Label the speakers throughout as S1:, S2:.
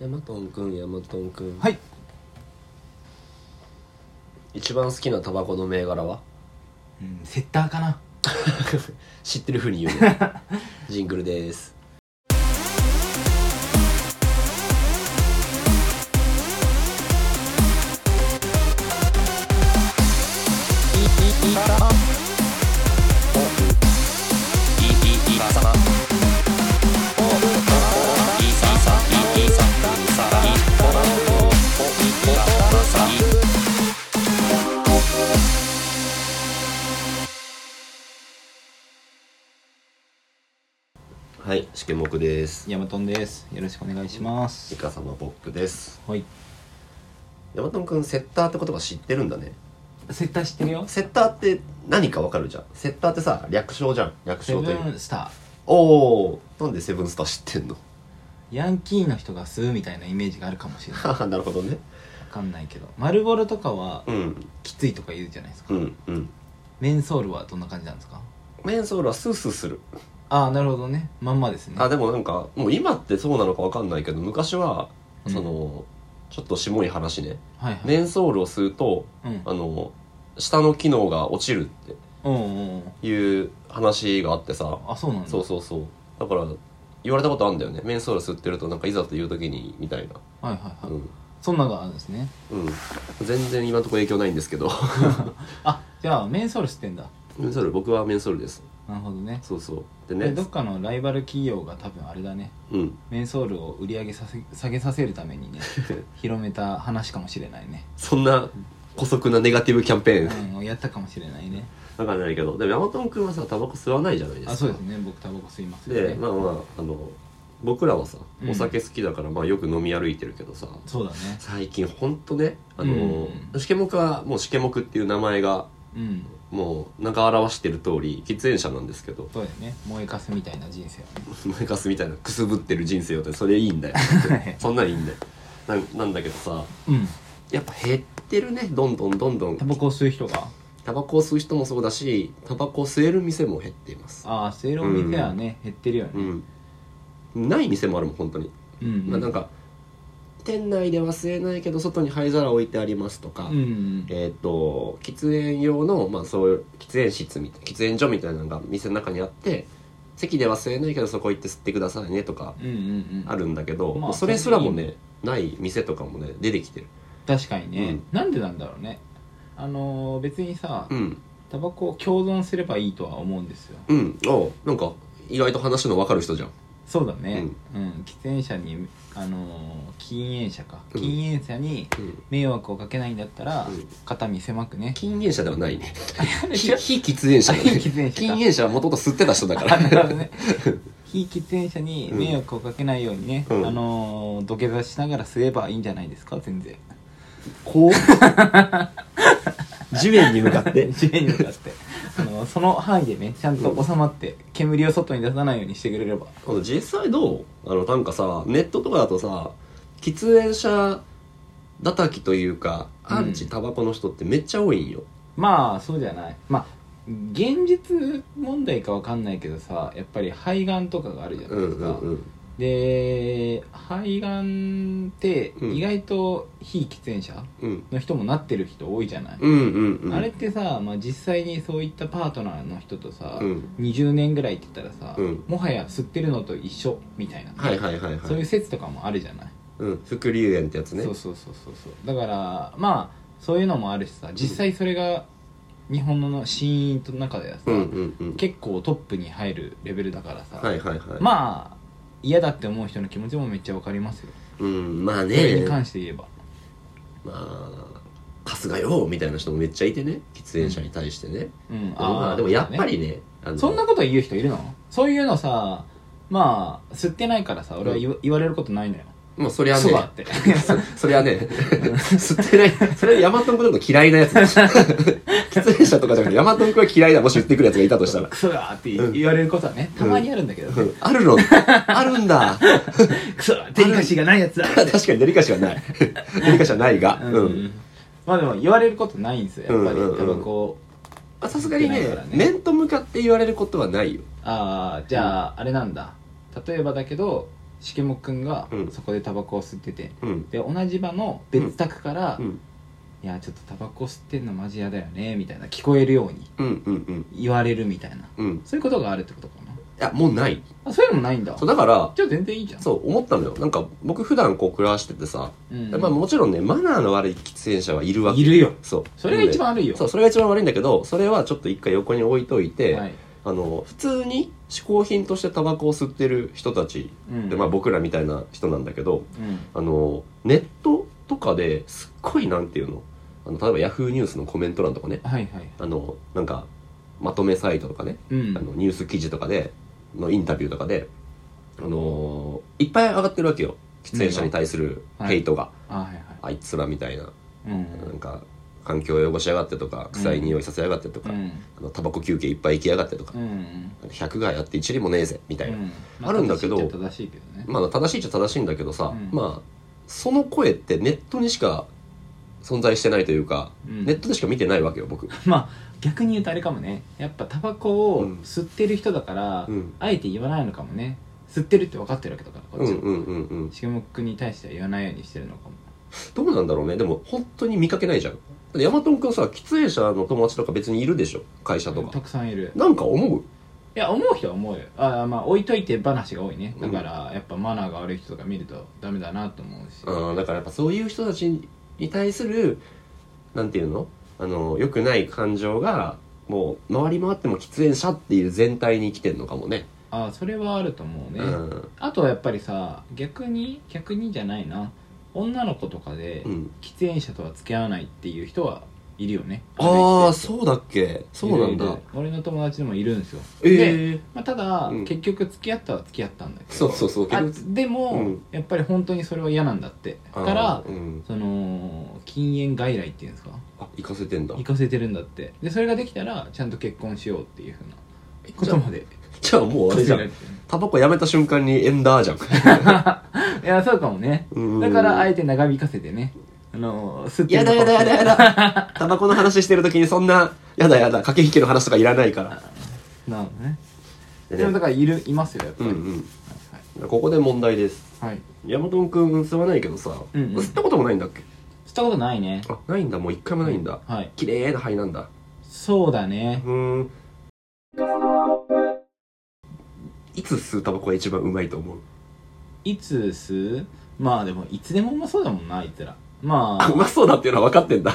S1: ヤマトンくんヤマトンくん
S2: はい
S1: 一番好きなタバコの銘柄は
S2: うんセッターかな
S1: 知ってるふうに言うね ジングルですはい試験目です
S2: ヤマトンですよろしくお願いします
S1: イカ様ボックです
S2: はい
S1: ヤマトンくんセッターって言葉知ってるんだね
S2: セッター知ってるよ
S1: セッターって何かわかるじゃんセッターってさ略称じゃん略
S2: セ
S1: 称という
S2: ブンスタ
S1: おおなんでセブンスター知ってんの
S2: ーヤンキーの人が吸うみたいなイメージがあるかもしれない
S1: ははなるほどね
S2: わかんないけど丸ボロとかは
S1: うん
S2: きついとか言うじゃないですか
S1: うんうん
S2: メンソールはどんな感じなんですか
S1: メンソールはスースーする
S2: ああなるほどねまんまですね
S1: あでもなんかもう今ってそうなのかわかんないけど昔は
S2: うん
S1: その、ちょっとしもい話ね
S2: はいはい
S1: メンソールを吸うと
S2: うん
S1: あの下の機能が落ちるっ
S2: うんうんうん
S1: ていう話があってさ
S2: あそうなんだ
S1: そうそうそうだから言われたことあるんだよねメンソール吸ってるとなんかいざという時にみたいな
S2: はいはいはい、
S1: うん、
S2: そんなのがあるんですね
S1: うん、全然今のところ影響ないんですけど
S2: あじゃあメンソール吸ってんだ
S1: メンソール僕はメンソールです
S2: なるほどね
S1: そうそうで
S2: で
S1: ね
S2: どっかのライバル企業が多分あれだね
S1: うん
S2: メンソールを売り上げさせ下げさせるためにね広めた話かもしれないね、
S1: そんな姑息なネガティブキャンペーン
S2: うん、やったかもしれないね
S1: わかんないけどでもヤマトン君はさタバコ吸わないじゃないですか
S2: あそうですね僕タバコ吸いますよ
S1: で
S2: ね
S1: まあまああの僕らはさ
S2: うん
S1: お酒好きだから、まあよく飲み歩いてるけどさ
S2: そうだね
S1: 最近ほんとねあ
S2: うん
S1: の、シケモクはもうシケモクっていう名前が
S2: うん
S1: もう中表してる通り喫煙者なんですけど
S2: そうだよね燃えかすみたいな人生
S1: 燃えかすみたいなくすぶってる人生よってそれいいんだよ
S2: をね
S1: そんなんいいんだよなんなんだけどさ
S2: うん
S1: やっぱ減ってるねどんどんどんど
S2: タ
S1: ん
S2: バコを吸う人が
S1: タバコを吸う人もそうだしタバコを吸える店も減っています
S2: ああ正論店はね、減ってるよね
S1: うんない店もあるもん本当に
S2: うん、うん
S1: まあ、なんか店内では吸えないけど外に灰皿置いてありますとか、
S2: うんうん
S1: えっ、と喫煙用の、まあ、そういう喫煙室みたいな喫煙所みたいなのが店の中にあって席では吸えないけどそこ行って吸ってくださいねとか
S2: うんうんう
S1: あ
S2: ん
S1: るんだけど、
S2: まあ
S1: もうそれすらもねない店とかもね出てきてる
S2: 確かにね、
S1: うん
S2: なんでなんだろうねあのー別にさ
S1: うん
S2: タバコを共存すればいいとは思うんですよ
S1: うんおなんか意外と話の分かる人じゃん
S2: そうだね、うん喫煙者に、あのー禁煙者か
S1: うん
S2: 禁煙者に
S1: うん
S2: 迷惑をかけないんだったら、
S1: うん
S2: 肩身狭 くね
S1: 禁煙者ではない ね
S2: 違
S1: 非
S2: う
S1: 非喫煙者だ
S2: あ
S1: ね
S2: 非喫煙者か
S1: 禁煙者はもともと吸ってた人だか
S2: あなるほ
S1: ら
S2: どね非喫煙者に迷惑をかけないようにね、
S1: うん
S2: あのー土下座しながら吸えばいいんじゃないですか全然
S1: こ う地面に向かって
S2: 地面に向 かってあのその範囲でねちゃんと収まって煙を外に出さないようにしてくれれば
S1: あの実際どうあのなんかさネットとかだとさ喫煙者叩きというか
S2: うん
S1: アンチタバコの人ってめっちゃ多いんよ、
S2: まあそうじゃないまあ現実問題かわかんないけどさやっぱり肺がんとかがあるじゃ
S1: う
S2: なんいです
S1: う
S2: か、
S1: んうん
S2: で肺がんって
S1: うん
S2: 意外と非喫煙者
S1: うん
S2: の人もなってる人多いじゃない、
S1: うんうんうん
S2: あれってさ、まあ、実際にそういったパートナーの人とさ、
S1: うん
S2: 20年ぐらいって言ったらさ、
S1: うん
S2: もはや吸ってるのと一緒みたいな、
S1: はいはいはいはい
S2: そういう説とかもあるじゃない
S1: うん副流煙ってやつね
S2: そうそうそうそうそうだからまあそういうのもあるしさ実際それが日本の死因の中ではさ、
S1: うんうんうん
S2: 結構トップに入るレベルだからさ、
S1: はいはいはい
S2: まあ嫌だって思う人の気持ちもめっちゃわかりますよ
S1: うんまあ
S2: それ
S1: ね
S2: に関して言えば、
S1: まあ春日よみたいな人もめっちゃいてね喫煙者に対してね、
S2: うん、
S1: まあでもやっぱりねあの
S2: そんなこと言う人いるのそういうのさまあ吸ってないからさ俺は言わ言われることないのよ
S1: まあそり
S2: ク
S1: ゃ
S2: ソ
S1: ね
S2: だって
S1: そ それはね、吸ってない、それはヤマトン君のこと嫌いなやつ だ喫煙者とかじゃなくて、ヤマトン君は嫌いだ、もし言ってくるやつがいたとしたら。
S2: クソだって言言われることはねたまにあるんだけど
S1: う
S2: ね
S1: んあるの、あるんだ。
S2: クソだデリカシーがないやつだ
S1: 確かにデリカシーはない。 デリカシーはないが。
S2: う
S1: うん
S2: んまあでも言われることないんですよやっぱり
S1: うんうんうん
S2: タバコを
S1: まあさすがに
S2: 吸っ
S1: ね
S2: てないからね
S1: 面と向かって言われることはないよ。
S2: ああじゃああれなんだ例えばだけどしけもくんが
S1: うん
S2: そこでタバコを吸ってて、
S1: うん
S2: で同じ場の別宅から「
S1: うん
S2: いやちょっとタバコ吸ってんのマジ嫌だよね」みたいな聞こえるように
S1: うんうんうん
S2: 言われるみたいな
S1: うんい
S2: そういうことがあるってことかな
S1: やもうない
S2: あそういうのもないんだ
S1: そうだから
S2: じゃあ全然いいじゃん
S1: そう思ったのよなんか僕普段こう暮らしててさ、
S2: うん
S1: やっぱもちろんねマナーの悪い喫煙者はいるわけ
S2: いるよ
S1: そう
S2: それが一番悪いよ
S1: そうそれが一番悪いんだけどそれはちょっと一回横に置いといて、
S2: はい
S1: あの普通に嗜好品としてタバコを吸ってる人たち、
S2: うん
S1: でまあ、僕らみたいな人なんだけど
S2: うん
S1: あのネットとかですっごいなんていうのあの例えばヤフーニュースのコメント欄とかね
S2: はいはい
S1: あのなんかまとめサイトとかね、
S2: うん
S1: あのニュース記事とかでのインタビューとかで、あのいっぱい上がってるわけよ喫煙者に対するヘイトが、
S2: あはいはい
S1: あいつらみたいな
S2: う
S1: なん
S2: ん
S1: か環境を汚しやがってとか臭い匂いさせやがってと
S2: う
S1: か、
S2: ん
S1: あのタバコ休憩いっぱい行きやがってとか、
S2: うん
S1: 100がやって1にもねえぜみた
S2: う
S1: いな、
S2: ん
S1: あるんだけど
S2: まあ正しいっちゃ正しいけどね
S1: まあ正しいっちゃ正しいんだけどさ、
S2: うん
S1: まあその声ってネットにしか存在してないというか、
S2: うん
S1: ネットでしか見てないわけよ僕
S2: まあ逆に言うとあれかもねやっぱタバコを吸ってる人だから、
S1: うん
S2: あえて言わないのかもね吸ってるって分かってるわけだから
S1: う
S2: こ
S1: ん
S2: っち
S1: う
S2: も、
S1: んうんうん
S2: シケモクに対しては言わないようにしてるのかも
S1: どうなんだろうねでも本当に見かけないじゃんだってヤマトン君さ喫煙者の友達とか別にいるでしょ会社と
S2: た
S1: か
S2: くさんいる
S1: なんか思う
S2: いや思う人は思うよあーまあ置いといて話が多いねだからやっぱマナーが悪い人とか見るとダメだなと思うし、
S1: うんだからやっぱそういう人たちに対するなんていうのあの良くない感情がもう回り回っても喫煙者っていう全体に来てんのかもね
S2: ああそれはあると思うね、
S1: うん
S2: あとはやっぱりさ逆に逆にじゃないな女の子とかで
S1: うん
S2: 喫煙者とは付き合わないっていう人はいるよね
S1: ああそうだっけそうなん
S2: い
S1: だ
S2: るいる俺の友達でもいるんですよで、
S1: ええ
S2: まあ、ただ、
S1: うん
S2: 結局付き合ったは付き合ったんだけど
S1: そうそうそう
S2: あ
S1: 結
S2: でも、
S1: うん
S2: やっぱり本当にそれは嫌なんだってだから
S1: あーうん、
S2: その禁煙外来っていうんですか
S1: あ行かせてんだ
S2: 行かせてるんだってでそれができたらちゃんと結婚しようっていうふうな
S1: え
S2: こ
S1: じゃ
S2: と
S1: あ
S2: まで
S1: じゃあもうあれじゃん
S2: 考
S1: タバコやめた瞬間にエンダーじゃん
S2: えられてるいやそうかもね
S1: うん
S2: だからあえて長引かせてねあの吸って
S1: や
S2: る
S1: だ
S2: のか
S1: や
S2: もし
S1: だ
S2: れな
S1: や
S2: い
S1: だやだ タバコの話してる時にそんなやだやだ駆け引きの話とかいらないから
S2: なるほどね
S1: で
S2: でも
S1: ね
S2: だからいるいますよやっぱ
S1: う
S2: り、
S1: んうんここで問題です
S2: はい、はい、
S1: ヤマトンくん吸わないけどさ、
S2: うんうん
S1: 吸ったこともないんだっけ
S2: したことないね
S1: あないんだもう一回もないんだ、
S2: はい
S1: 綺麗な肺なんだ
S2: そうだね
S1: うーんいつ吸うタバコが一番うまいと思う
S2: いつ吸うまあでもいつでもうまそうだもんなあいつらま
S1: あう
S2: あ
S1: まそうだっていうのは分かってんだ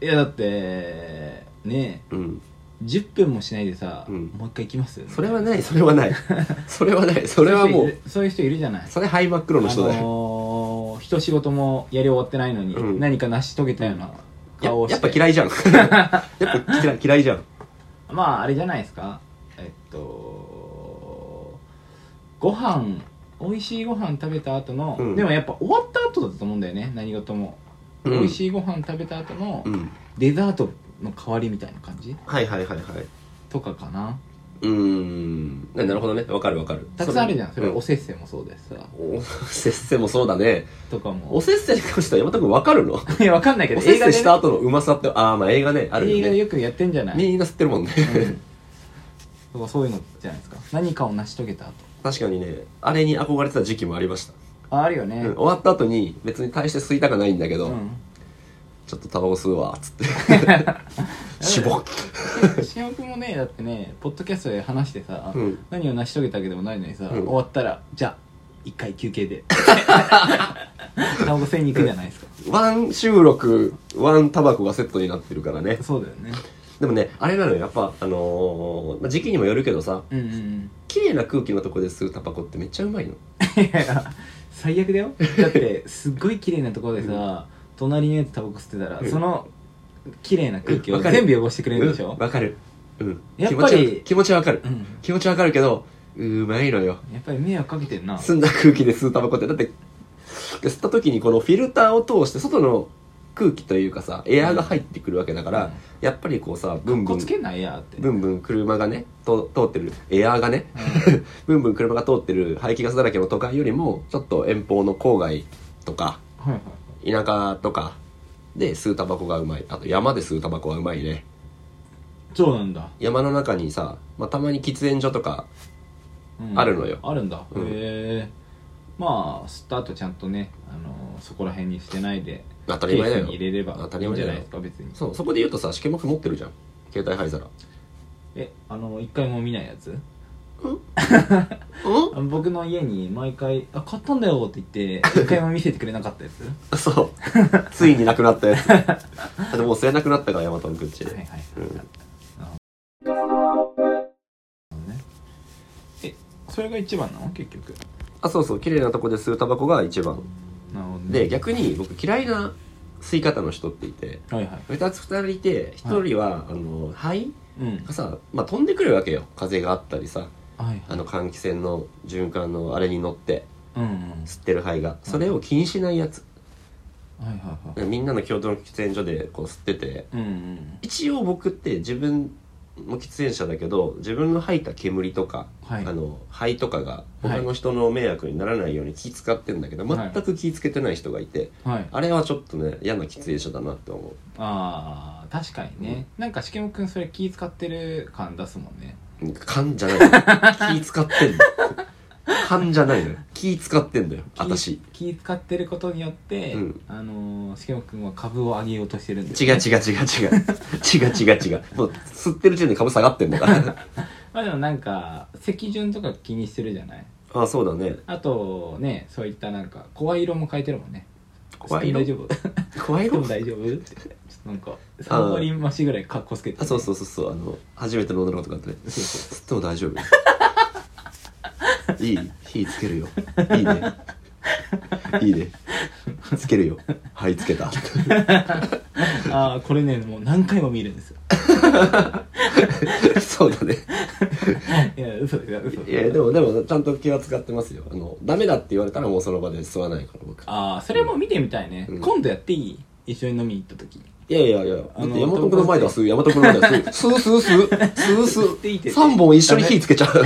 S2: いやだってね
S1: うん
S2: 10分もしないでさ、
S1: うん
S2: もう一回行きます
S1: それはないそれはないそれは ないそれはもう
S2: そういう人いるそういう人いるじゃない
S1: それハイ真っ黒の人だ
S2: あ
S1: よ、
S2: のー、一仕事もやり終わってないのに、
S1: うん
S2: 何か成し遂げたような顔を
S1: や
S2: し
S1: やってぱ嫌いじ ゃんやっぱ嫌い嫌いじゃん
S2: まああれじゃないですかえっとご飯美味しいご飯食べた後の、
S1: うん
S2: でもやっぱ終わった後だったと思うんだよね何事も、
S1: うん
S2: 美味しいご飯食べた後の
S1: うん
S2: デザートの代わりみたいな感じ
S1: はいはいはいはい
S2: とかかな
S1: うーんななるほどね分かる分かる
S2: たくさんあるじゃんそれ
S1: う
S2: おせっせもそうですさ
S1: おせっせもそうだね
S2: とかも
S1: おせっせに関しては山田君分かるの
S2: いやわかんないけど
S1: おせっ
S2: 映画
S1: せ
S2: で
S1: した後のうまさってああまあ映画ねあるよ
S2: 映画で
S1: ね
S2: よくやってんじゃない
S1: みんな吸ってるもんね、
S2: うんとかそういうのじゃないですか何かを成し遂げた後
S1: 確かにねあれに憧れてた時期もありました、
S2: ああるよね、
S1: うん終わった後に別に大して吸いたくないんだけど、
S2: うん
S1: ちょっとタバコ吸うわっつって しぼっ
S2: しげもくんもねだってねポッドキャストで話してさ、
S1: うん
S2: 何を成し遂げたわけでもないのにさ、
S1: うん
S2: 終わったらじゃあ一回休 憩でタバコ吸いに行くじゃないですか、
S1: ワン収録ワンタバコがセットになってるからね
S2: そうだよね
S1: でもねあれなのよやっぱあのーまあ時期にもよるけどさ
S2: うんうんうん
S1: 綺麗な空気のとこで吸うタバコってめっちゃうまいの
S2: いやいや最悪だよだってすっごい綺麗なところでさ、隣のやつタバコ吸ってたら、
S1: うん
S2: その綺麗な空気
S1: う
S2: を
S1: んわかる
S2: 全部汚してくれるでし
S1: うん
S2: ょ、
S1: わかるうん
S2: やっぱり
S1: 気持ちはわかる、
S2: うん
S1: 気持ちはわかるけどうまいのよ
S2: やっぱり迷惑かけてんな
S1: 澄んだ空気で吸うタバコってだって吸った時にこのフィルターを通して外の空気というかさエアーが入ってくるわけだから、
S2: うん
S1: やっぱりこうさブンブ
S2: こ
S1: ン
S2: つけんないやって
S1: ブンブン車がねと通ってるエアーがね、 ブンブン車が通ってる排気ガスだらけの都会よりもちょっと遠方の郊外とか
S2: はいは
S1: 田
S2: い
S1: 舎とかで吸うタバコがうまいあと山で吸うタバコはうまいね
S2: そうなんだ、
S1: 山の中にさ、まあ、たまに喫煙所とか
S2: うん
S1: あるのよ
S2: あるんだ、
S1: うん
S2: へえまあ吸った後ちゃんとねあのそこら辺に捨てないで
S1: 当たり前だ
S2: ケー
S1: よ
S2: スに入れれば
S1: 当たり前
S2: いいんじ
S1: だ
S2: ゃ
S1: よ
S2: ないですか別に
S1: そうそこで言うとさ試験ボックス持ってるじゃん携帯灰皿
S2: えあの一回も見ないやつ
S1: う
S2: あの僕の家に毎回「あ買ったんだよ」って言 って一回も見せてくれなかったやつは
S1: んそう ついになくなったやつだってもう吸えなくなったからヤマトンくんち
S2: いはい
S1: で、うん、
S2: えそれが一番なの結局
S1: あそうそう綺麗なとこで吸うタバコが一番
S2: なるほどね
S1: で逆に僕嫌いな吸い方の人っていて
S2: はいはい
S1: 2つ2人いて1人は、あの肺
S2: うん
S1: がさ、まあ、飛んでくるわけよ風があったりさ
S2: はいは
S1: あ
S2: い
S1: の換気扇の循環のあれに乗って
S2: うんうん
S1: 吸ってる肺がそれを気にしないやつ
S2: はいはいはい
S1: みんなの共同の喫煙所でこう吸ってて
S2: うんうん
S1: 一応僕って自分も喫煙者だけど自分の吐いた煙とか、
S2: はい
S1: あの肺とかが
S2: はい
S1: 他の人の迷惑にならないように気使ってんだけど、
S2: はい
S1: 全く気付けてない人がいて
S2: はい
S1: あれはちょっとね嫌な喫煙者だなって思う
S2: あー確かにね、なんかしけもくんそれ気使ってる感出すもんね
S1: 勘じゃ ないの気使ってんの勘じゃないのよ気使ってんだよ
S2: 気
S1: 私
S2: 気使ってることによって、
S1: うん
S2: あのー、しけもくんは株を上げようとしてるんで
S1: 違う違う違う違う違う違う違うもう吸ってる時点で株下が ってんだから
S2: まあでもなんか席順とか気にしてるじゃない
S1: あそうだね
S2: あとねそういったなんか声色も変えてるもんね
S1: 怖い
S2: 吸
S1: 色
S2: って も大丈夫
S1: 怖い
S2: 吸って
S1: 色
S2: も大丈夫ってちょっとなんか3割増しぐらい格好つけて
S1: あそうそううそうそうあの初めての女の子とかって「
S2: そうそ
S1: 吸っても大丈夫いい火つけるよいいねいいねつけるよはいつけた」
S2: ああこれねもう何回も見るんで すよ
S1: そうだね
S2: いや嘘ですよ嘘
S1: いやでもでもちゃんと気は使ってますよあのダメだって言われたらもうその場で吸わないから僕
S2: ああそれも見てみたいね、
S1: うん
S2: 今度やっていい一緒に飲みに行った時
S1: いやいやいや、だっ
S2: あの
S1: て山本君の前では吸う、山本君の前では吸う、 吸う吸う吸う、吸う
S2: 吸っていいって
S1: 吸う、3本一緒に火つけちゃう。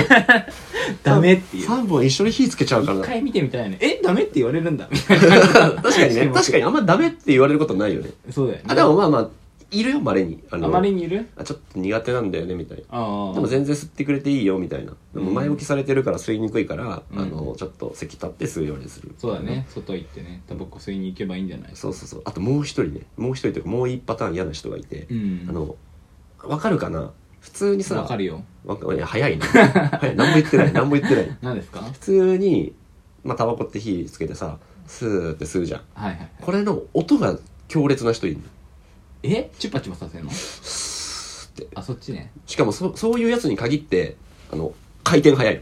S2: ダメっていう
S1: 3本一緒に火つけちゃうから
S2: 一
S1: な。確
S2: 回見てみたいねえダメって言われる んだみたい
S1: かにね、確かにあんまダメって言われることないよね。
S2: なそうだよね
S1: あ、でもまあまあ、いるよ、稀に。あ
S2: あ
S1: の
S2: まりにいる
S1: あちょっと苦手なんだよね、みたいな。
S2: ああ
S1: でも全然吸ってくれていいよ、みたいな。でも前置きされてるから吸いにくいから、
S2: うん
S1: あの、ちょっと席立って吸うようにする。
S2: そうだね外行ってねタバコ吸いに行けばいいんじゃない
S1: そうそうそうあともう一人ねもう一人というかもう一パターン嫌な人がいて、
S2: うん
S1: あのわかるかな普通にさ
S2: わかるよ
S1: わかいや早いな早い何も言ってない何も言ってない
S2: 何ですかはい
S1: 普通にまあタバコって火つけてさスーって吸うじゃん
S2: はい
S1: これの音が強烈な人いるの
S2: えチュパチュパさせるのあそっちね
S1: しかもそそういうやつに限ってあの回転早いの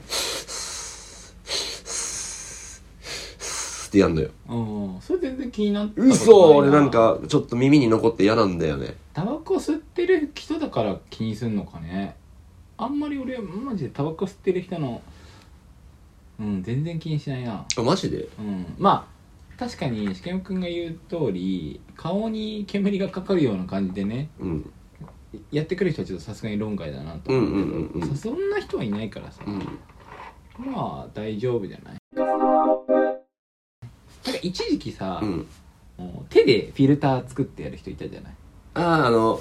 S1: ってやんのよ
S2: うんそれ全然気になったこと
S1: 嘘
S2: い
S1: 俺なんかちょっと耳に残って嫌なんだよね
S2: タバコ吸ってる人だから気にすんのかねあんまり俺マジでタバコ吸ってる人のうん全然気にしないな
S1: あマジで
S2: うんまあ確かにしけむくんが言う通り顔に煙がかかるような感じでね
S1: うん
S2: やってくる人はちょっとさすがに論外だなと
S1: うんう
S2: 思
S1: んうんう
S2: う、
S1: ん
S2: そんな人はいないからさ、
S1: うん
S2: まあ大丈夫じゃないなんか一時期さ、
S1: うん
S2: もう手でフィルター作ってやる人いたじゃない
S1: あああの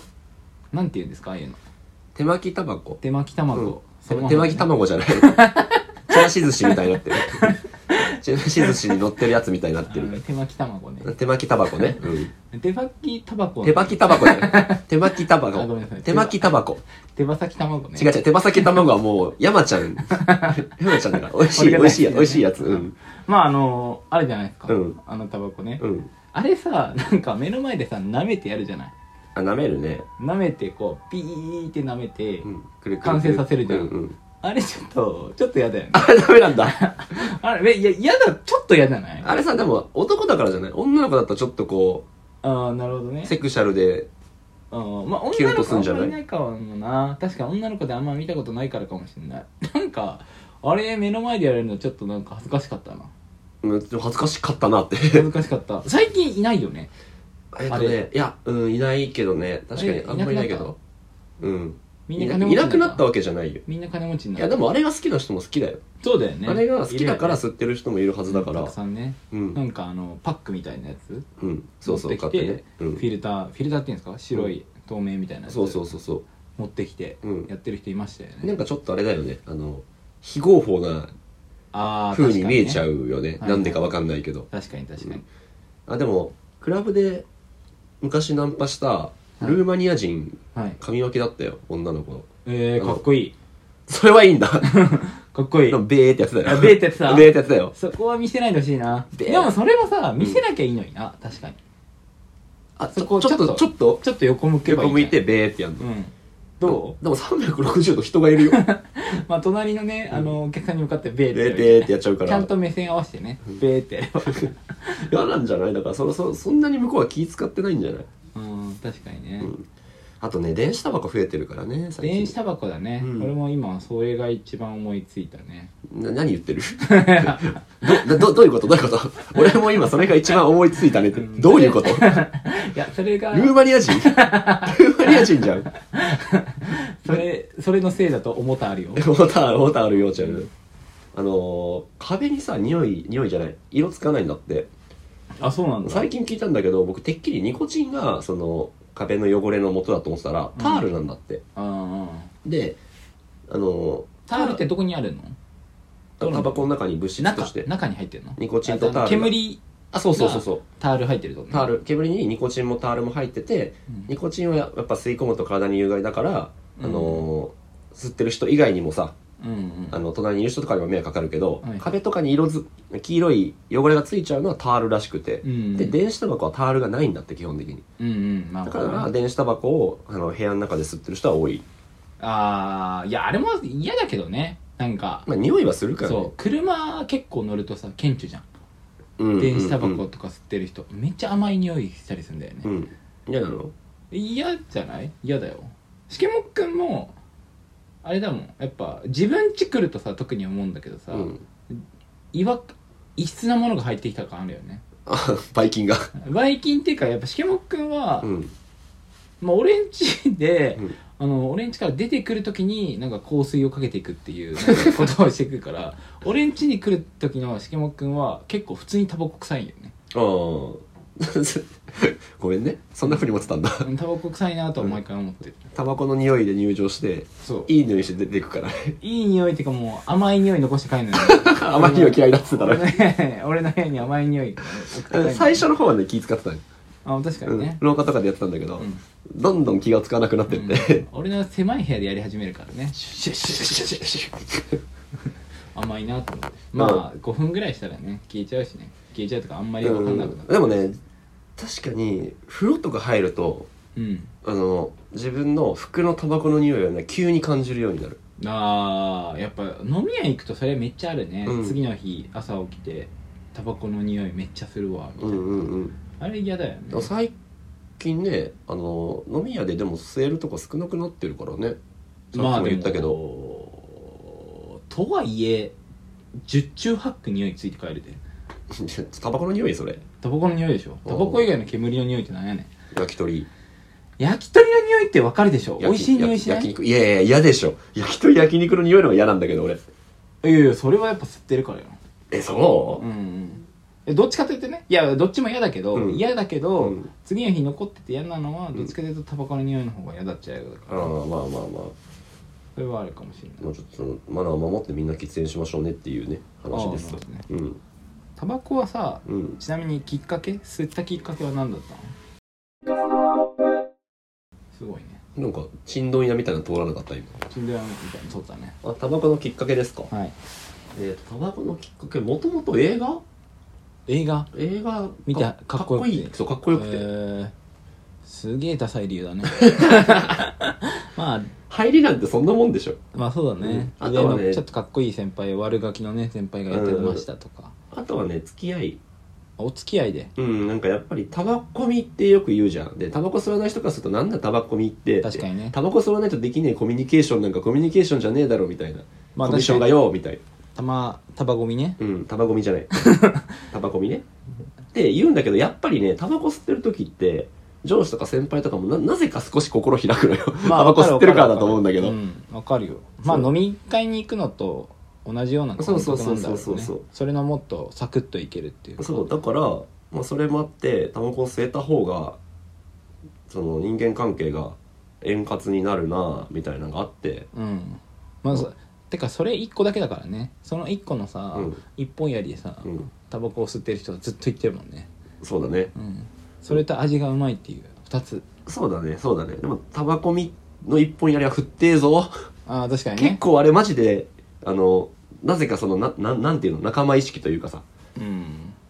S2: なんて言うんですかああいうの
S1: 手巻きタバコ
S2: 手巻き卵、
S1: 手手巻き卵
S2: 卵
S1: じゃない ちらし寿司みたいになってる ちらし寿司に乗ってるやつみたいになってるか
S2: 手巻き卵ね
S1: ら手巻きタバコね、うん
S2: 手巻きタバコ
S1: 手巻きタバコじゃ ない手巻きタバ
S2: あごめんな
S1: コ
S2: さい
S1: 手巻きタバコ
S2: 手羽先卵ね
S1: 違う違う手羽先卵はもう山ちゃ ん山ちゃんだから美味しい美
S2: 俺が大好
S1: 味
S2: き
S1: しいや
S2: だね
S1: 美味しいやつうん
S2: まああのあれじゃないですか、
S1: うん
S2: あのタバコね、
S1: うん
S2: あれさなんか目の前でさ舐めてやるじゃない
S1: あ舐めるね
S2: 舐めてこうピーって舐めて、
S1: うんくるくるくる
S2: 完成させるじゃん
S1: うんうん
S2: あれちょっとちょっと嫌だよね
S1: あれダメなんだ
S2: あれえいや嫌だちょっと嫌じゃない
S1: あれさでも男だからじゃない女の子だったらちょっとこ
S2: ああなるほどね
S1: うセクシャルで
S2: あーまあ
S1: キュ
S2: 女
S1: ン
S2: の
S1: とす
S2: 子あ
S1: ん
S2: ん
S1: じゃ
S2: ま
S1: ない
S2: りないかもな確かに女の子であんま見たことないからかもしれないなんかあれ目の前でやれるのちょっとなんか恥ずかしかったな
S1: うんちょっと恥ずかしかったな って
S2: 恥ずかし かった最近いないよね
S1: えっとね、いや、うん、いないけどね。確かに
S2: え
S1: あんまりいないけ
S2: いなくな
S1: ど。うん。
S2: み
S1: い
S2: んな
S1: な
S2: 金持
S1: い
S2: ち
S1: なくなった
S2: わ
S1: わけじゃないよ。
S2: みんな金持ちに
S1: い
S2: な
S1: や、
S2: った
S1: でもあれが好きな人も好きだよ。
S2: そうだよね
S1: あれが好きだから
S2: いるよ
S1: 吸ってる人もいるはずだか
S2: ねた
S1: ら
S2: く。さんね
S1: う。
S2: なんんかあのパックみたいなやつ
S1: うん。そうそう、
S2: 持
S1: 買っ
S2: っ
S1: て
S2: き
S1: て
S2: て
S1: ね。う
S2: フィ
S1: ん。
S2: ルターフィルターっていうんですか白い透明みたいなやつ
S1: そうそうそうそ
S2: 持ってきて
S1: うん
S2: やってる人いましたよ
S1: う。な
S2: ね
S1: んかちょっとあれだよね。あの、非合法な
S2: ああ
S1: 風に見えちゃ
S2: う
S1: うよね
S2: はい
S1: なんでかわかんないけど
S2: 確かに確かに
S1: あでもクラブで昔ナンパした
S2: い
S1: ルーマニア人
S2: はい
S1: 髪分けだったよ女の子
S2: えー、かっこいい
S1: それはいいんだ
S2: かっこいい
S1: でも ベーってやつだ
S2: あ
S1: よ
S2: ベーってやつだ
S1: ベーってやつだよ
S2: そこは見せないでほしいな
S1: で
S2: でもそれはさ見せなきゃいいのにな、確かに
S1: あ
S2: そこ
S1: ちょっとち
S2: ち
S1: ょっと
S2: ちょっと横向けばい
S1: 横
S2: いん
S1: 向
S2: じゃ
S1: いて
S2: ない
S1: ベーってやんの
S2: うんど
S1: でも360度人 がいるよ
S2: うまあ隣のね、あのお客さんに向かってベーって
S1: ベ
S2: や
S1: ー
S2: ればいい
S1: ベーってやっちゃうか
S2: ちゃ
S1: ら
S2: んと目線合わせてね、ベーって やれば
S1: 嫌なんじゃないだからそのそそんなに向こうは気使ってないんじゃない
S2: うん確かにね、
S1: んあとね電子タバコ増えてるからね最近
S2: 電子タバコだね、
S1: うん
S2: 俺も今それが一番思いついたね
S1: な何言ってるどどどういうことどういうこと俺も今それが一番思いついたねって
S2: うん
S1: どういうことル
S2: いやそれが
S1: ーマニア人ルーマニア人じゃん
S2: それそれのせいだと思ったあるよ
S1: ウォーターウォーターあるようちゃんあのー壁にさ匂い匂いじゃない色つかないんだって
S2: あそうなんだ
S1: 最近聞いたんだけど僕てっきりニコチンがその壁の汚れの元だと思ってたらタールなんだって、
S2: あ
S1: であの
S2: ータールってどこにあるの
S1: タバコの中に物質と
S2: 中
S1: して
S2: 中に入ってるの
S1: ニコチンとタールが
S2: あ煙
S1: あそうそうそうそう
S2: タール入ってると
S1: タール煙にニコチンもタールも入っててニコチンはやっぱ吸い込むと体に有害だから、
S2: うん
S1: あのー吸ってる人以外にもさ
S2: うんうん
S1: あの隣にいる人とかにも迷惑かかるけど、
S2: はい
S1: 壁とかに色づ黄色い汚れがついちゃうのはタールらしくて、
S2: うん
S1: で電子タバコはタールがないんだって基本的に
S2: うんうんまあ
S1: だから電子タバコをあの部屋の中で吸ってる人は多い
S2: ああいやあれも嫌だけどねなんか
S1: まあ匂いはするからね
S2: そう車結構乗るとさ顕著じゃん
S1: うんうんうん
S2: 電子タバコとか吸ってる人めっちゃ甘い匂いしたりするんだよ
S1: う
S2: ね
S1: ん嫌なの
S2: 嫌じゃない嫌だよしけもっくんもあれだもんやっぱ自分家来るとさ特に思うんだけどさ、
S1: うん
S2: いわ異質なものが入ってきた感あるよね
S1: あバイキンが
S2: ばい菌っていうかやっぱしけもっくんは、
S1: うん
S2: まあ、俺んちで、
S1: うん
S2: あの俺んちから出てくるときになんか香水をかけていくっていうなんかことをしてくるから 俺んちに来る時のしけもっくんは結構普通にタバコ臭いんよね
S1: ああ ごめんねそんなふうに思ってたんだ
S2: うんタバコ臭いなとは毎回思ってる、
S1: タバコの匂いで入場して
S2: そう
S1: いい匂いして出てくからね
S2: いい匂いっていうかもう甘い匂い残して帰るのよ
S1: 甘い匂い嫌いだっつった
S2: 俺
S1: ら
S2: の 部俺の部屋に甘い匂いが送って帰る
S1: 最初の方はね気使ってたね
S2: あ確か
S1: う
S2: に
S1: ん
S2: ね、
S1: 廊下とかでやってたんだけど、
S2: うん
S1: どんどん気がつかなくなってって、
S2: うん俺の狭い部屋でやり始めるからね甘いなと思ってまあ5分ぐらいしたらね消えちゃうしね消えちゃうとかあんまり分かんなくなる
S1: でもね確かに風呂とか入ると
S2: うん
S1: あの自分の服のタバコの匂いをね急に感じるようになる
S2: あーやっぱ飲み屋行くとそれめっちゃあるね、
S1: うん
S2: 次の日朝起きてタバコの匂いめっちゃするわみた
S1: う
S2: い
S1: んう
S2: な、
S1: んうん
S2: あれ嫌だよね
S1: でも最近ねあの飲み屋ででも吸えるとこ少なくなってるからねさっき
S2: まあ
S1: も
S2: で
S1: 言
S2: も
S1: ったけど、
S2: とはいえ十中八九匂いついて帰るで
S1: タバコの匂いそれ
S2: タバコの匂いでしょ
S1: おう
S2: タバコ以外の煙の匂いってなんやねん
S1: 焼き鳥
S2: 焼き鳥の匂いってわかるでしょ美味しい匂いしない
S1: 焼き肉いやいや嫌でしょ焼き鳥焼肉の匂いの方が嫌なんだけど俺
S2: いやいやそれはやっぱ吸ってるからよ
S1: えそう
S2: うん、うんえ、どっちかというとねいやどっちも嫌だけど、
S1: うん
S2: 嫌だけど、
S1: うん
S2: 次の日残ってて嫌なのはどっちかというとタバコの匂いの方が嫌だっちゃう
S1: あ
S2: か
S1: あ
S2: ら、
S1: まあまあまあ
S2: それはあるかもしれない
S1: もうちょっとそのマナーを守ってみんな喫煙しましょうねっていうね話で
S2: ああ
S1: す
S2: そうですね
S1: うん
S2: タバコはさ
S1: うん
S2: ちなみにきっかけ吸ったきっかけは何だったのすごいね
S1: なんかチンドン屋みたいなの通らなかった今
S2: チンドラみたいなそうだね
S1: あタバコのきっかけですか
S2: はい
S1: えーとタバコのきっかけもともと映画
S2: 映画
S1: 映画
S2: 見た
S1: か
S2: か
S1: か
S2: っ
S1: っ
S2: こよ
S1: こ
S2: くて
S1: いいそうかっこよく
S2: え
S1: て
S2: ーすげえダサい理由だ ねまあ
S1: 入りなんてそんなもんでしょ
S2: まあそうだね、
S1: うんあ
S2: 上
S1: とは
S2: の
S1: ね
S2: ちょっとかっこいい先輩悪ガキのね先輩がやってましたとか、
S1: あとはね付き合い
S2: お付き合いで
S1: うんなんかやっぱりタバコみってよく言うじゃんでタバコ吸わない人からするとなんだタバコみって
S2: 確かにね
S1: タバコ吸わないとできねえコミュニケーションなんかコミュニケーションじゃねえだろみたいな、
S2: まあ
S1: コミュ障がよみたいな
S2: たまタバゴミね
S1: うんタバコみじ ゃないタバコみねって言うんだけどやっぱりねタバコ吸ってる時って上司とか先輩とかもななぜか少し心開くの よ、タバコ吸ってるからだと思うんだけど、
S2: わかるうん、わかるよまあ
S1: そう
S2: 飲み会に行くのと同じような感覚なんだろ
S1: そうそうそうう
S2: ね
S1: そう
S2: それのもっとサクッといけるっていうか
S1: そうだから、まあ、それもあってタバコを吸えた方がその人間関係が円滑になるなみたいなのがあって
S2: うんまあ、そてかそれ1個だけだからねその1個のさ、
S1: うん
S2: 一本槍でさ、
S1: うん
S2: タバコを吸ってる人はずっと言ってるもんね、
S1: そうだね
S2: うん、それと味がうまいっていう2つ
S1: そうだねそうだねでもタバコみの一本やりは振ってえぞ
S2: ああ確かに
S1: 結
S2: ね
S1: 構あれマジであのなぜかそのなななんていうの仲間意識というかさ
S2: うん
S1: っ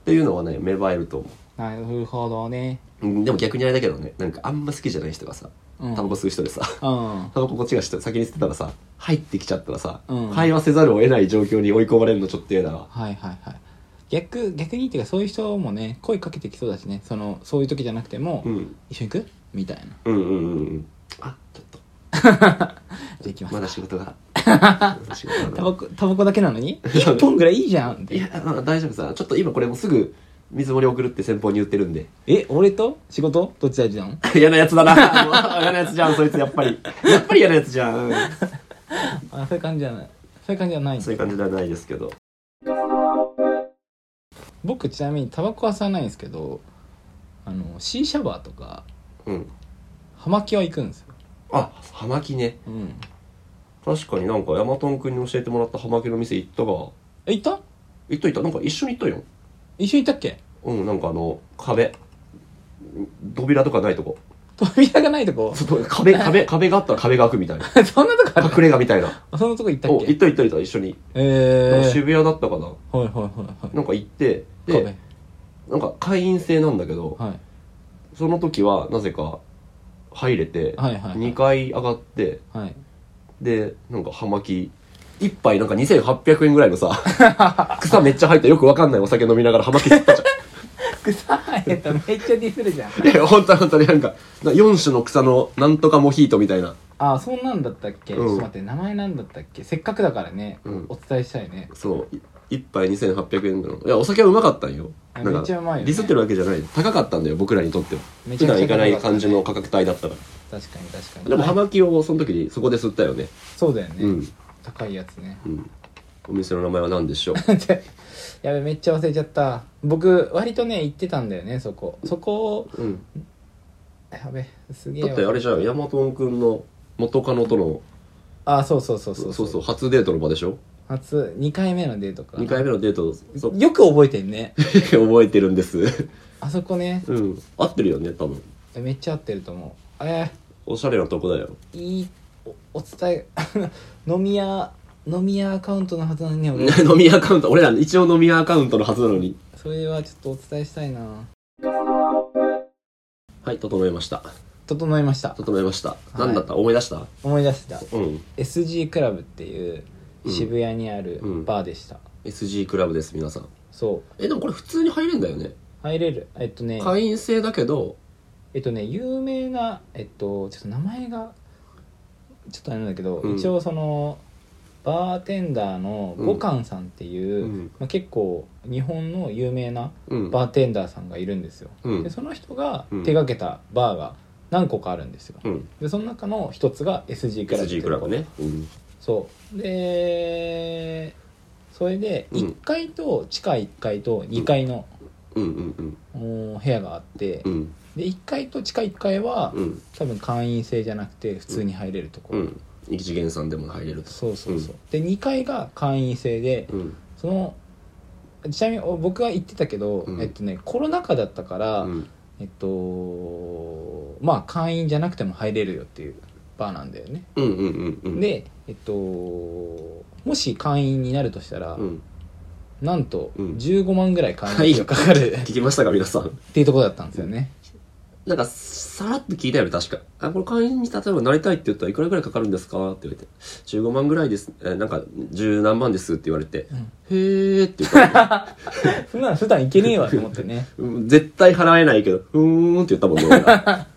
S1: ていうのはね芽生えると思
S2: なるほどね
S1: う、うん、でも逆にあれだけどねなんかあんま好きじゃない人がさ
S2: うん
S1: タバコ吸う人でさ、
S2: うん
S1: タバコこっちがして先に吸ってたらさ入ってきちゃったらさ、
S2: うん
S1: 会話せざるを得ない状況に追い込まれるのちょっと嫌だわ
S2: はいはいはい逆逆にっていうかそういう人もね声かけてきそうだしねそのそういう時じゃなくても、
S1: うん
S2: 一緒に行くみたいなじゃ
S1: うんうんうんうんあちょっと
S2: あ行きます、
S1: まだ仕事 がまだ仕事が
S2: タバコタバコだけなのに一本ぐらいいいじゃんっ
S1: い
S2: て
S1: やあ大丈夫さちょっと今これもうすぐ水盛り送るって先方に言ってるんで
S2: え俺と仕事どっち大事なの
S1: 嫌なやつだなもう嫌なやつじゃんそいつやっぱりやっぱり嫌なやつじゃん
S2: あそういう感じじゃないそういう感じじゃないんだ
S1: そういう感じではないですけど
S2: 僕ちなみにタバコは吸わないんですけどあのシーシャバーとか
S1: うん
S2: 葉巻は行くんですよ、
S1: あ葉巻ね
S2: うん、
S1: 確かになんかヤマトン君に教えてもらった葉巻の店行ったが
S2: え行った
S1: 行っといたなんか一緒に行ったよ
S2: 一緒に行ったっけ
S1: うん、なんかあの、壁。扉とかないとこ。
S2: 扉がないとこ
S1: そうと壁、壁、壁があったら壁が開くみたいな。
S2: そんなとこある
S1: 隠れ家み たいな。
S2: あそんなとこ行ったっ
S1: お、行っ
S2: け
S1: といた行っといた、一緒に。なん
S2: え
S1: か
S2: ー、
S1: 渋谷だったかな。
S2: はいはいはいはい
S1: なんか行って、で、なんか会員制なんだけど、
S2: はい
S1: その時はなぜか入れて、
S2: はいはいはい
S1: 2階上がって、
S2: はい
S1: で、なんか葉巻、一杯なんか2800円ぐらいのさ、 草めっちゃ入ったよくわかんないお酒飲みながら葉巻吸ったじゃん。
S2: 草生えためっちゃディスるじゃん
S1: いや、ほんとほんとになんか、4種の草のなんとかモヒートみたいな。
S2: あそんなんだったっけ、
S1: うん
S2: ちょっと待って名前なんだったっけせっかくだからね、
S1: うん
S2: お伝えしたいね
S1: そうい一杯2800円ぐらいのいやお酒はうまかったんよ
S2: あ
S1: なんか
S2: めっちゃうまいよね
S1: ディスってるわけじゃない高かったんだよ僕らにとっては
S2: めち
S1: 普
S2: ゃく
S1: 段
S2: ち
S1: 行か
S2: ゃ高
S1: な
S2: かった
S1: い感じの価格帯だったか
S2: 確かに確かに
S1: らでも
S2: はい
S1: 葉巻をその時にそこで吸ったよね
S2: そうだよね、
S1: うん
S2: 高いやつね
S1: うんお店の名前は何でしょう
S2: やべめっちゃ忘れちゃった僕割とね行ってたんだよねそこそこを
S1: うん
S2: やべすげえ
S1: だってあれじゃんヤマトン君の元カノとの
S2: あそうそうそうそ
S1: そううそう初デートの場でしょ
S2: 初2回目のデートか
S1: 2回目のデートそう
S2: よく覚えてんね
S1: 覚えてるんです
S2: あそこね
S1: うん合ってるよね多分
S2: めっちゃ合ってると思うえ
S1: おしゃれなとこだよ
S2: ー、いいおお伝え 飲み屋飲み屋アカウントのはずなのに俺
S1: 飲みアカウント俺ら一応飲みアカウントのはずなのに
S2: それはちょっとお伝えしたいな
S1: はい整えました
S2: 整いました
S1: 整えました。
S2: い
S1: 何だった思い出した
S2: 思い出した
S1: うん。
S2: SG クラブっていう渋谷にある
S1: うん
S2: バーでした、
S1: SG クラブです、皆さん。
S2: そう
S1: え、でもこれ普通に入れんだよね。
S2: 入れるえっとね
S1: 会員制だけど、
S2: えっとね有名なえっとちょっと名前がちょっとあれなんだけど、
S1: うん
S2: 一応そのバーテンダーの
S1: うん
S2: 五感さんっていう、
S1: うん
S2: まあ、結構日本の有名な
S1: うん。
S2: バーテンダーさんがいるんですよ、
S1: うん
S2: でその人が
S1: うん
S2: 手がけたバーが何個かあるんですよ、
S1: うん。
S2: でその中の一つが SG クラブって
S1: SG
S2: いう
S1: クラブね。うん。
S2: そうでそれで
S1: うん
S2: 1階と地下1階と2階の、
S1: うんうん
S2: お部屋があって、
S1: うん。うん。
S2: で1階と地下1階は、
S1: うん。
S2: 多分会員制じゃなくて普通に入れるとこ
S1: う
S2: ろ、
S1: ん。一次元さんでも入れると。
S2: そうそうそう、で2階が会員制で
S1: うん。
S2: そのちなみにお僕は行ってたけど、
S1: うん
S2: えっとねコロナ禍だったから、
S1: うん。
S2: えっとまあ会員じゃなくても入れるよっていうバーなんだよね、
S1: うんうんうんうん。、
S2: でえっともし会員になるとしたら、
S1: うん。
S2: なんと
S1: うん
S2: 15万ぐらい会員費がかかる、っ
S1: 聞きましたか、皆さん。
S2: ていうところだったんですよね、
S1: なんか、さらっと聞いたよね、確か。あ、これ会員に例えばなりたいって言ったらいくらぐらいかかるんですかって言われて。15万ぐらいです。え、なんか、十何万ですって言われて。へーって言った。
S2: そんなの普段行けねえわと思ってね
S1: うん絶対払えないけど、うーんって言ったもんね。俺 ら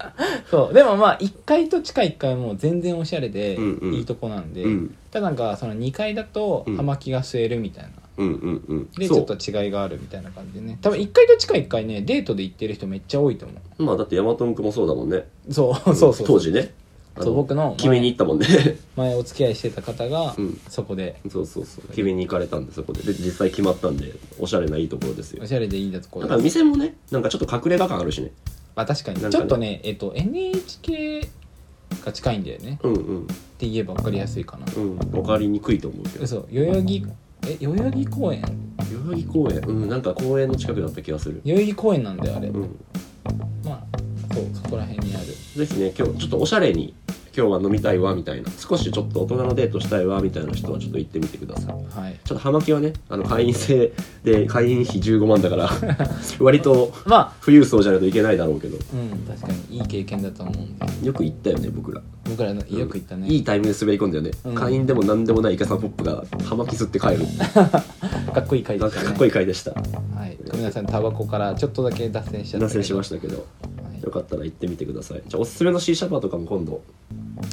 S2: そうでもまあ1階と地下1階も全然おしゃれで
S1: うんうん
S2: いいとこなんで、
S1: うん
S2: ただなんかその2階だと
S1: うん
S2: 葉巻が吸えるみたいな、
S1: うんうんうん。
S2: でち
S1: そ
S2: ょ
S1: う
S2: っと違いがあるみたいな感じでね多分1階と地下1階ねデートで行ってる人めっちゃ多いと思
S1: まあだってヤマトン君もそうだもんね。
S2: う そうそうそう
S1: 当時ね。あ
S2: そう僕の前
S1: 決めに行ったもんね。
S2: 前お付き合いしてた方が
S1: うん
S2: そこで
S1: そうそうそう。決めに行かれたんで、そこで。で、実際決まったんで、おしゃれないいところですよ
S2: お。しゃれでいいだとこ
S1: なん
S2: ろ
S1: か店もね、なんかちょっと隠れ家感あるしね。
S2: あ確かに
S1: なん
S2: ち
S1: か
S2: ょ
S1: ね
S2: っとねえっと NHK が近いんだよね
S1: うんうん
S2: って言えば分かりやすいかな
S1: うん分かりにくいと思うけど
S2: そう代々木え代々木公園
S1: 代々木公園うんなんか公園の近くだった気がする
S2: 代々木公園なんだよあれ
S1: うん
S2: まあそうそこら辺にある
S1: ぜひね今日ちょっとおしゃれに今日は飲みたいわみたいな少しちょっと大人のデートしたいわみたいな人はちょっと行ってみてください
S2: はい
S1: ちょっと葉巻はねあの会員制で会員費15万だから 割と
S2: まあ
S1: 富裕層じゃないといけないだろうけど
S2: うん確かにいい経験だと思うんで
S1: よく行ったよね僕ら
S2: 僕らのよく行ったね、
S1: いいタイミングで滑り込んだよね、
S2: うん
S1: 会員でも何でもないイカサポップが葉巻吸って帰る
S2: かっこいい会
S1: な
S2: で
S1: ん
S2: し
S1: か
S2: た、ね、
S1: かっこいい回で した
S2: はい、ごめんなさいタバコからちょっとだけ脱線しちゃった
S1: 脱線しま
S2: し
S1: したけど
S2: た、はい
S1: よかったら行ってみてくださいじゃあおすすめの C シャーパーとかも今度、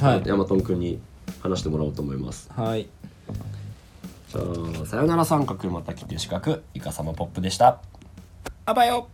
S2: はい。
S1: ヤマトン君に話してもらおうと思います
S2: はい。
S1: じゃあさよなら三角また来て四角イカサマポップでしたあばよ